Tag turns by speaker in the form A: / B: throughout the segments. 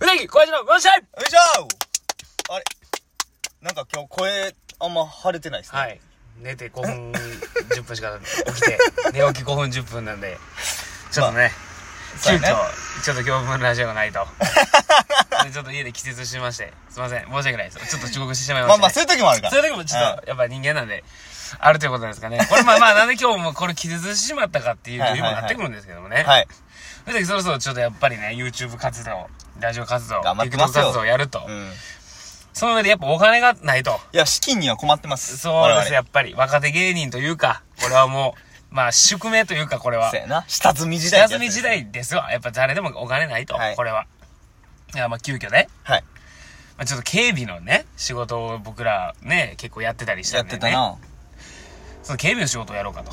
A: うなぎ、小林のワンシャイ
B: よいしょあれなんか今日声あんま晴れてないですね。
A: はい。寝て5分、10分しか起きて、寝起き5分、10分なん で、ちょっとね、
B: そう
A: 急
B: や
A: 遽、
B: ね
A: ちょっと今日分ラジオがないと。でちょっと家で気絶してまして、すいません、申し訳ないです。ちょっと遅刻してしまいま
B: ま
A: した、ね。
B: あまあそういう時もあるか
A: そう
B: ら。
A: いう時もちょっと、やっぱ人間なんで、あるということなんですかね。これま あまあ、なんで今日もこれ気絶してしまったかっていう理由にもなってくるんですけどもね。
B: はい。
A: その時そろそろちょっとやっぱりね、YouTube 活動、ラジオ活動、
B: 頑張ってます
A: TikTok
B: よ
A: 活動をやると。
B: うん。い
A: その上でやっぱお金がないと。
B: や、資金には困ってます。
A: そうです、や
B: よ。
A: っぱり。若手芸人というか、これはも う、まあ、宿命というか、これは
B: そう。やな。下積み時代
A: 下
B: ってや
A: 積み
B: つです
A: 時
B: ね。
A: 代ですわ。やっぱ誰でもお金ないと、
B: はい
A: これは。いや、まあ、急遽ね。
B: はい。
A: まあ、ちょっと警備のね、仕事を僕らね、結構やってたりし
B: や
A: た
B: っ
A: んで、ね。
B: てたな。
A: その警備の仕事をやろうかと。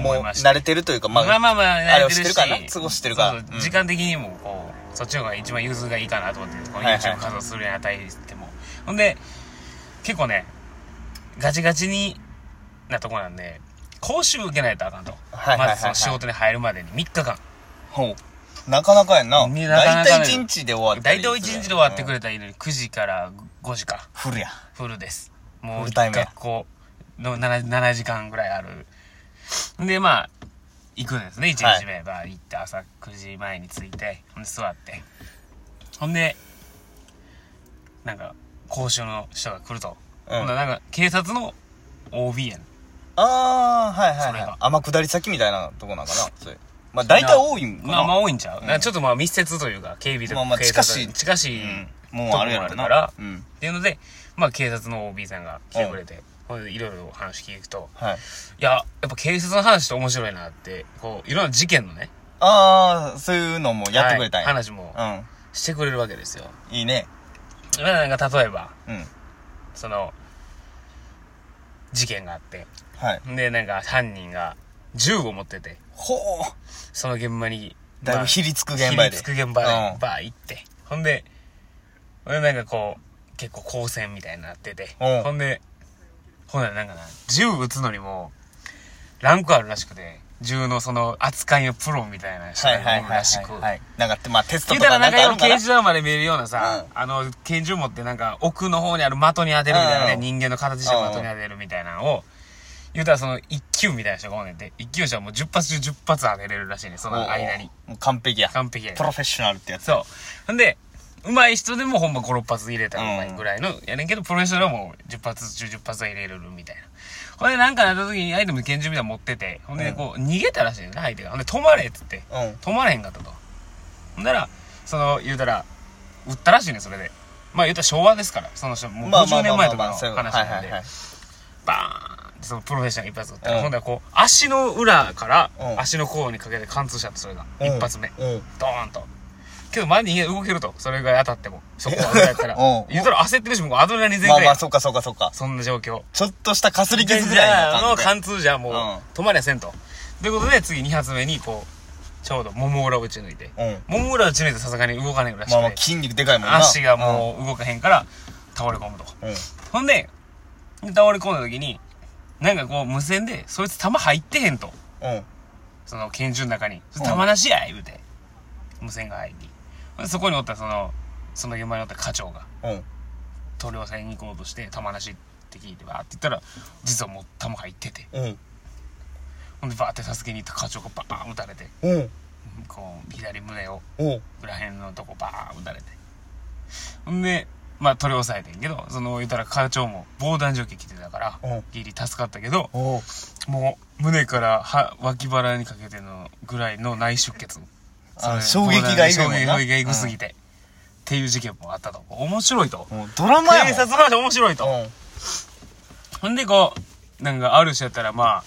B: も
A: 思
B: う
A: いました。
B: 慣れてるというか、ま
A: まあ
B: あ、
A: まあまあ、
B: あれ
A: 慣
B: を
A: れて
B: 知
A: る
B: って
A: し。
B: るからな都合知ってるから
A: そうそう
B: うん
A: 時間的にもこう、そっちの方が一番融通がいいかなと思って、この
B: はいはい
A: YouTube 活動するにあたりしても。ほんで、結構ね、ガチガチになとこなんで、講習受けないとあかんと。
B: はいはいはいはい
A: まずその仕事に入るまでに3日間。
B: ほう。なかなかやんな。
A: ねなかな
B: だい
A: か
B: た
A: ね
B: い1日で終わった
A: 大
B: り
A: 体
B: する
A: 1日で終わってくれたらいいのに、9時から5時か。
B: フルや。
A: フルです。も
B: フ
A: う、
B: ルタイムや
A: 学校の 7, 7時間ぐらいある。で、まあ、行くんですね、1日目。まあ、行って、朝9時前に着いて、ほんで座って。ほんで、なんか、交渉の人が来ると。
B: うん
A: ほんならなんか、警察の OB やねん。
B: あー、はい
A: そ
B: はい
A: れ
B: はい
A: が。
B: 天下り先みたいなとこなんかな。それまあ、大体多いんかな。
A: まあまあ多いんちゃう、
B: ん
A: なんかちょっとまあ密接というか、警備と
B: まあまあ
A: 警
B: 近
A: 察
B: しい
A: 近しい
B: うんもうあるやろ
A: とこ
B: な
A: もあるから
B: うん
A: っていうので、まあ警察の OB さんが来てくれて、ほんでいろいろお話聞くと、
B: はい。
A: いや、やっぱ警察の話って面白いなって、こう、いろんな事件のね、
B: あー、そういうのもやってくれたんや。
A: はい話も
B: う
A: してくれるわけですよ。
B: ん。いいね。
A: まあなんか例えば、
B: うん。
A: その、事件があって、
B: はい。
A: で、なんか犯人が銃を持ってて、
B: ほう。
A: その現場に、
B: だいぶひりつく現場やで。
A: ひりつく現場
B: う
A: で
B: ん、
A: バー行って、ほんで、ほんでなんかこう、結構光線みたいになってて、
B: うん
A: ほんで、ほんならなんかな、銃撃つのにも、ランクあるらしくて、銃のその扱いのプロみたいな人
B: は
A: が
B: いはい
A: いる
B: はい
A: らしく、
B: はいはい。なんか、まあ、テスト
A: 言う
B: と
A: た
B: からな
A: なんん
B: かあ
A: かよう
B: るんかな
A: 刑事ドラマで見えるようなさ、あの拳銃持ってなんか奥の方にある的に当てるみたいなね、
B: うん
A: 人間の形して的に当てるみたいなのを言うたらその一級みたいな人がおんねんて一級者はもう10発中10発当てれるらしいねその間に
B: おうもう完璧や。
A: 完璧やね
B: プロフェッショナルってやつ。
A: そうほんで上手い人でもほんま56発入れたらうまいぐらいのやねんけどプロフェッショナルはもう10発中10発は入れれるみたいなほんでなんかなった時に相手も拳銃みたいなの持っててほんでこう逃げたらしいねんな相手がほんで止まれっつって
B: うん。
A: 止まれへんかったと。ほんなら、その、言うたら、売ったらしいね、それで。まあ言うたら昭和ですから、その人、もう50年前とかの
B: そういう
A: 話
B: ことはい
A: な
B: は
A: んで
B: いは、い。
A: バーンってそのプロフェッショナル一発撃った
B: う
A: ら、
B: ん
A: 今度はこう、足の裏から
B: う、ん
A: 足の甲にかけて貫通したと、それが。
B: うん
A: 一発目。
B: うん。
A: ドーンと。けど、前に動けると、それぐらい当たっても。そこはぐらいやった ら
B: うん。
A: 言うたら焦ってるし、もうアドレナリン全
B: まあ
A: 開
B: ま
A: や
B: あ、
A: ん。
B: そうかそうかそうか。
A: そんな状況。
B: ちょっとしたかすり傷ぐ
A: じゃ
B: ら
A: あ
B: い
A: の
B: の感
A: 貫通じゃもう
B: うん
A: 止まりゃせんと。ということで、次2発目に、こう、ちょうど桃裏を打ち抜いて。
B: じ。うん。
A: もも裏打ち抜いてさすがに動かないらしくて、
B: まあまあ、筋肉でかいもんな。
A: 足がもう動かへんから倒れ込むと、
B: うん。うん。
A: ほんで倒れ込んだ時になんかこう無線でそいつ弾入ってへんと
B: うん。
A: その拳銃の中に「それ弾なしや!」言うて無線が入りほんでそこにおったそのその現場におった課長が
B: うん。
A: 塗料船に行こうとして「弾なし」って聞いてバーって言ったら実はもう弾入ってて
B: うん。
A: ほんでバーって助けに行った課長がバーン撃たれて
B: うん。
A: こう左胸を
B: うん。
A: らへんのとこバーン打たれてほんでまあ取り押さえてんけどその言ったら課長も防弾チョッキ着てたから
B: うん
A: ギリ助かったけど
B: おう
A: もう胸からは脇腹にかけてのぐらいの内出血
B: あ
A: それ
B: 衝撃がえぐい
A: 衝
B: もんな
A: 撃がえぐすぎて、っていう事件もあったと面白いと
B: もうドラマやも
A: 警
B: ん。
A: 察の話面白いと、
B: うん。
A: ほんでこう、なんかある人やったらま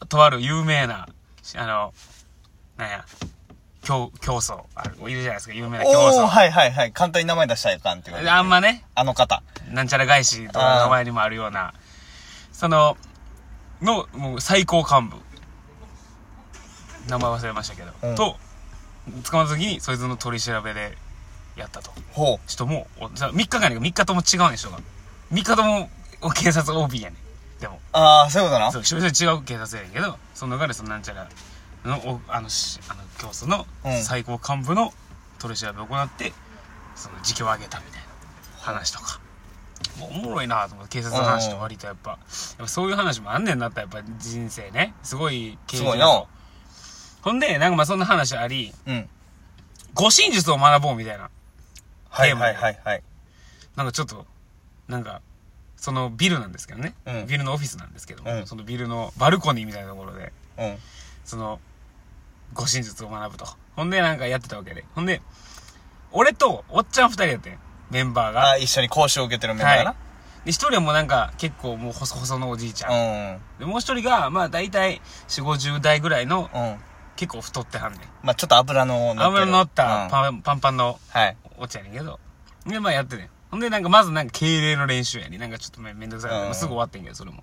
A: あ、とある有名な、あの、なんや、競、競争、ある、いるじゃないですか、有名な競
B: おー、
A: 争。
B: はいはいはい。簡単に名前出したらいかんって言われて
A: あんまね、
B: あの方。
A: なんちゃら返しとかの名前にもあるような、その、の、もう最高幹部。名前忘れましたけど、
B: うん
A: と、捕まった時にそいつの取り調べでやったと。
B: ほう。
A: 人も、お3日間やねんけど3日とも違うねん、人が。3日ともお警察 OB やねん。でも。
B: ああ、そういうことな。
A: そう、少々違う警察やねんけど、その中でそのなんちゃらの、おあの、しあの、教祖の
B: うん
A: 最高幹部の取り調べを行ってその自供を上げたみたいな話とかもうおもろいなと思って警察の話とか割とやっぱやっぱそういう話もあんねんなったやっぱ人生ねすごい経
B: すごいな
A: ほんでなんかまあそんな話あり
B: うん
A: 護身術を学ぼうみたいな
B: はいはいはいはい
A: なんかちょっとなんかそのビルなんですけどね、
B: うん
A: ビルのオフィスなんですけども、
B: うん
A: そのビルのバルコニーみたいなところで
B: うん
A: その、護身術を学ぶと。ほんで、なんかやってたわけで。ほんで、俺と、おっちゃん二人やってん。メンバーが。
B: あー一緒に講習を受けてるメンバー
A: は
B: ない
A: で、一人はもうなんか、結構もう、細々のおじいちゃん。
B: うん
A: で、もう一人が、まあ、大体、四五十代ぐらいの、
B: うん
A: 結構太ってはんねん。
B: まあちょっと油のってる
A: 脂の乗った、
B: うん
A: パンパンパンの
B: はい
A: おっちゃんやねんけど。で、まあ、やっててん。ほんで、なんか、まずなんか、敬礼の練習やねん。なんか、ちょっとめめんどくさいから、
B: うん
A: もうすぐ終わってんけど、それも。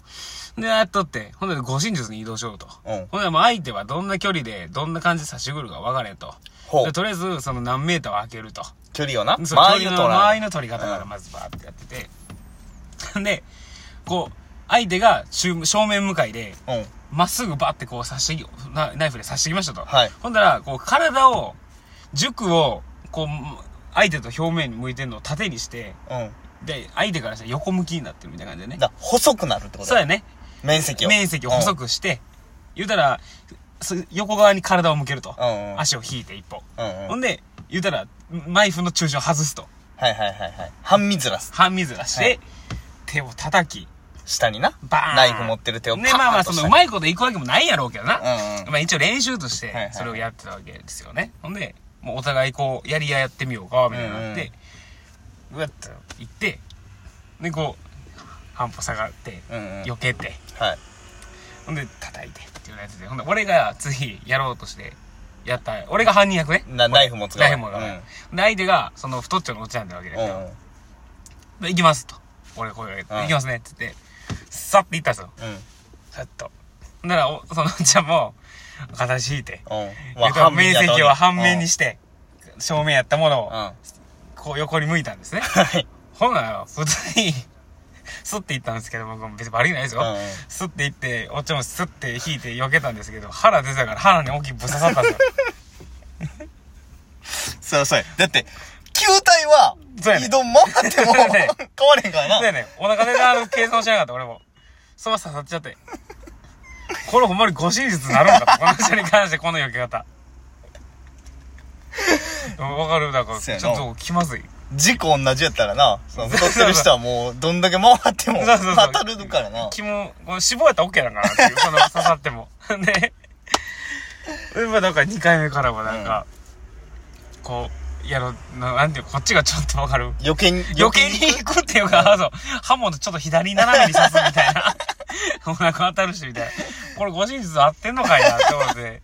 A: で、やっとって。ほんで、護身術に移動しようと。
B: うん
A: ほんで、もう相手はどんな距離で、どんな感じで差し来るか分かれと。
B: ほ
A: で
B: う
A: とりあえずその何メーターを開けると
B: 距離をな
A: そう
B: 周りの
A: 距離
B: と
A: の
B: ら
A: 間合いの取り方からまずバーってやってて、でこう相手が中正面向かいで
B: うん
A: まっすぐバーってこう刺してきなナイフで刺してきましたと、
B: はい
A: ほんだらこう体を軸をこう相手と表面に向いてるのを縦にして
B: うん
A: で相手からしたら横向きになってるみたいな感じでね
B: だから細くなるってこと
A: そう
B: だ
A: やね
B: 面積を
A: 面積を細くして、言うたらす横側に体を向けると、
B: うんうんうん
A: 足を引いて一歩、
B: うんう
A: ほ
B: ん
A: んで、言うたら、ナイフの注射を外すと。
B: はいはいはいはい半身ずらす
A: 半水出して、
B: はい
A: 手を叩き、
B: 下にな
A: バーン
B: ナイフ持ってる手をパ
A: ね、
B: ーンと
A: まあまあ、その、
B: 下
A: う
B: に
A: まいこといくわけもないやろうけどな。
B: うんうん
A: まあ一応練習とし
B: はいは
A: て
B: い、
A: それをやってたわけですよね。ほんで、もうお互いこう、やり合いやってみようか、みたいになって、うわっと行って、で、こう、半歩下がって、
B: うんうん
A: 避けて、
B: はい
A: ほんで、叩いて、っていうやつで、ほんで、俺が次やろうとして、やった、俺が犯人役ね。
B: なナイフ持つ
A: ナ
B: 側
A: イフもが、で、相手が、その、太っちょのおっちゃんだわけだ
B: う
A: け
B: ん
A: ど、
B: うん
A: で行きますと。俺声を上げて、
B: うん
A: 行きますねって言って、さって行ったんですよ。
B: うん
A: さっと。なら、おそのおっちゃんも、片足引いて、
B: うん
A: 言うたら面積を半面に
B: し
A: して、正面やったもの
B: う
A: を、
B: ん は
A: こう横に向いたんです ね。
B: い
A: ほんなら、普通に、スッて行ったんですけど、僕も別に悪いないですよ。
B: うんうん
A: スッて行って、おっちゃんもスッて引いて避けたんですけど、腹出てたから腹に大きいぶっ刺さったんですよ。
B: そうそうやだって球体は
A: そうやね
B: 移動回っても
A: そう
B: 変
A: や
B: わ
A: ね
B: れへんから
A: で
B: な
A: ね、お腹であの計算しなかった、俺も。そば刺さっちゃって。これほんまに護身術なるんかと。この人に関してこの避け方。わかるだから、
B: そ
A: ちょ
B: うや
A: っ
B: な
A: と気まずい。
B: 事故同じやったらなその太ってる人はもうどんだけ回って
A: そ
B: も
A: うそうそう
B: 当たるからな
A: 気も、この脂肪やったら OK なんかなっていう、その刺さっても。 で、今だから2回目からはなんか、こう、やろうな、なんていうかこっちがちょっとわかる。
B: 余計に
A: 余計に行くっていうか、そう、刃物ちょっと左斜めに刺すみたい な。お腹当たるしみたいな。これ護身術合ってんのかいなって思って。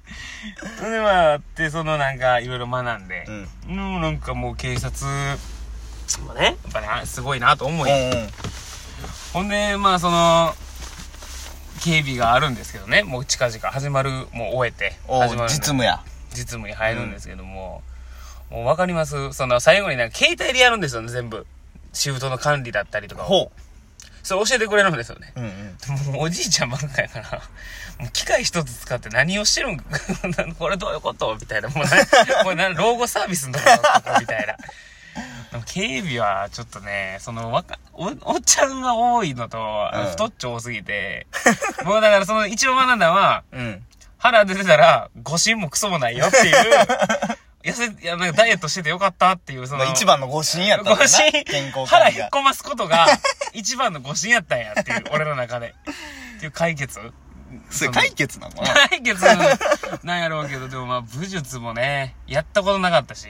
A: それでまあ、やって、そのなんか、いろいろ学んで
B: う。ん
A: うん、なんかもう警察もね、やっぱね、すごいなと思
B: う
A: い。
B: んうん
A: ほんで、まあその、警備があるんですけどね、もう近々始まる、もう終えて、
B: おう
A: 始まるん
B: 実
A: で
B: 務や
A: 実務に入るんですけども、もうわかりますその最後になんか携帯でやるんですよね、全部。シフトの管理だったりとかを
B: ほ
A: それ教えてくれるんですよね。
B: ううんうん
A: もうおじいちゃんばっかやから、もう機械一つ使って何をしてるん これどういうことみたいな。もうな、これな、老後サービスのところみたいな。でも警備はちょっとね、その若、お、おっちゃんが多いのと、あ
B: うん
A: の太っちょ多すぎて、僕だからその一応学んだのは、
B: うん
A: 腹出てたら、誤診もクソもないよっていう、 痩せ、いや、なんかダイエットしててよかったっていう、その、
B: まあ一番の誤信やったから
A: 誤
B: な
A: 信
B: 健
A: 腹
B: 康管理
A: 引っ
B: が
A: 込ますことが一番の誤信やったんやっていう俺の中でっていう解決
B: それ
A: その
B: 解決なのかな
A: 解決なんやろうけどでもまあ武術もねやったことなかったし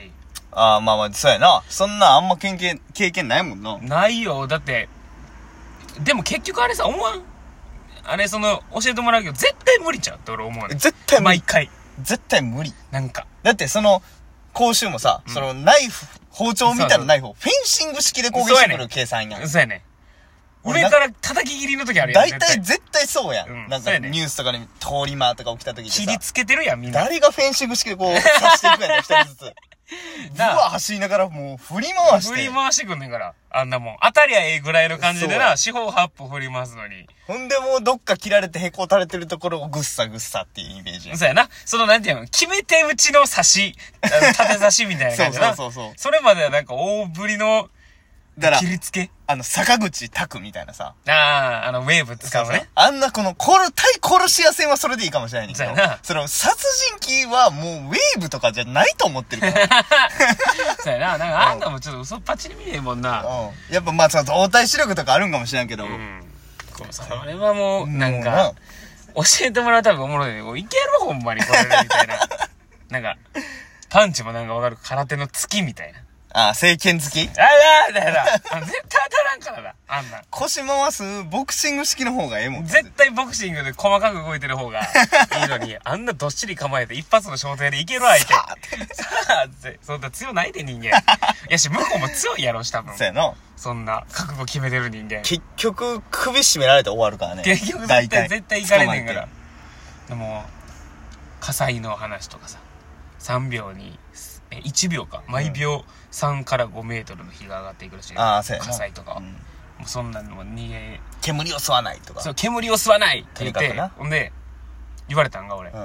B: ああまあまあそうやなそんなんあんま経験経験ないもんな
A: ないよだってでも結局あれさ思わんあれその教えてもらうけど絶対無理ちゃうって俺思うねん
B: 絶対無
A: 毎
B: 理
A: 回
B: 絶対無理
A: なんか
B: だってその講習もさ、そのナイフ包丁みたいなナイフをフェンシング式で攻撃してくる計算やん
A: そうやねん
B: 俺
A: 上
B: な
A: から叩き切りの時あるやん
B: 大体絶対そうやん、
A: うん
B: なん
A: そう
B: か
A: やね
B: ニュースとかに通り魔とか起きた時
A: 切
B: に
A: り
B: さ
A: つけてるやんみんな
B: 誰がフェンシング式でこう刺していくやん一人ずつブ
A: なあ
B: ワー走りながらもう振り回して。
A: 振り回してくんねんから。あんなもん。当たりゃええぐらいの感じで
B: そ
A: な、
B: う
A: 四方八方振りますのに。
B: ほんでもうどっか切られてへこたれてるところをぐっさぐっさっていうイメージや。
A: そうやな。その、なんていうの、決め手打ちの差し、あの縦差しみたいな感じだな。
B: そうそうそうそう
A: れまではなんか大ぶりの
B: だから
A: 切、りつけ。
B: あの、坂口拓みたいなさ。
A: ああ、あの、ウェーブ使う
B: そうそう
A: ね。
B: あんなこの、殺、対殺し屋戦はそれでいいかもしれないねんけど
A: そうやな
B: その、殺人鬼はもうウェーブとかじゃないと思ってるから。
A: そうやな。なんかあんなもんちょっと嘘っぱちに見えへんもんな。
B: うん。やっぱまあ、その動体視力とかあるんかもしれんけど。
A: うん。こうそれはもう、なん
B: も
A: か
B: う、
A: 教えてもらうたびおもろいね。もういけるほんまにこれでみたい な。なんか、パンチもなんかわかる空手の突きみたいな。
B: あ、政権好き
A: あらーだよな。あの絶対当たらんからな。あんなん。
B: 腰回すボクシング式の方がええもん。
A: 絶対ボクシングで細かく動いてる方がいいの に、あんなどっしり構えて一発の焦点でいける相手。さ
B: さあ
A: あって、そんな強ないで人間。いやし、向こうも強いやろし、多分。
B: そうやな。
A: そんな覚悟決めてる人間。
B: 結局、首絞められて終わるからね。
A: 結局絶対、絶対行かれねえから。でも、火災の話とかさ、3秒に、え1秒か、毎秒3から5メートルの火が上がっていくらしい。
B: ああ、そうやな。
A: 火災とかは。
B: うん
A: もうそんなのも逃げ
B: 煙を吸わないとか。
A: そう、煙を吸わないって言っ
B: とにかく
A: て
B: な、
A: ほんで、言われたんが俺。
B: うん。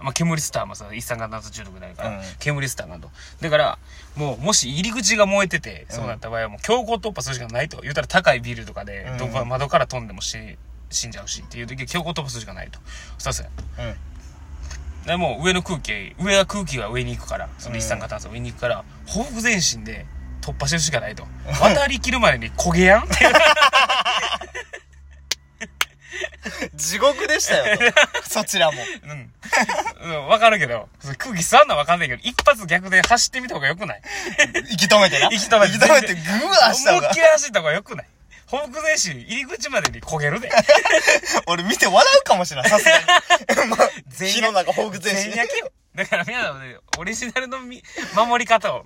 A: まあ、煙スターもさ、一酸化炭素中毒になるから、
B: うん
A: 煙スターなんと。だから、もう、もし入り口が燃えてて、そうなった場合は、もう強行突破するしかないと。言ったら高いビルとかで
B: う、ん
A: どこか窓から飛んでもし、死んじゃうしっていう時は強行突破するしかないと。そうそう。
B: うん。
A: でもう上の空気、上は空気が上に行くから、その一酸化炭素が上に行くから、報復前進で突破してるしかないと。渡り切るまでに焦げやん っていう。
B: 地獄でしたよ とそちらも。
A: うん。うん、わかるけど、その空気吸わんのはわかんないけど、一発逆で走ってみた方がよくない
B: 息止めてな。
A: 息止めて
B: 息止めて、ぐわーした
A: 思
B: の
A: い
B: が
A: っき。り走った方がよくない報復前進入り口までに焦げるで。
B: 俺見て笑うかもしれない。さす がに。まあ、火の中、ほぐ前
A: 全
B: 進。
A: 焼けよ。だから皆さんもね、オリジナルのみ守り方を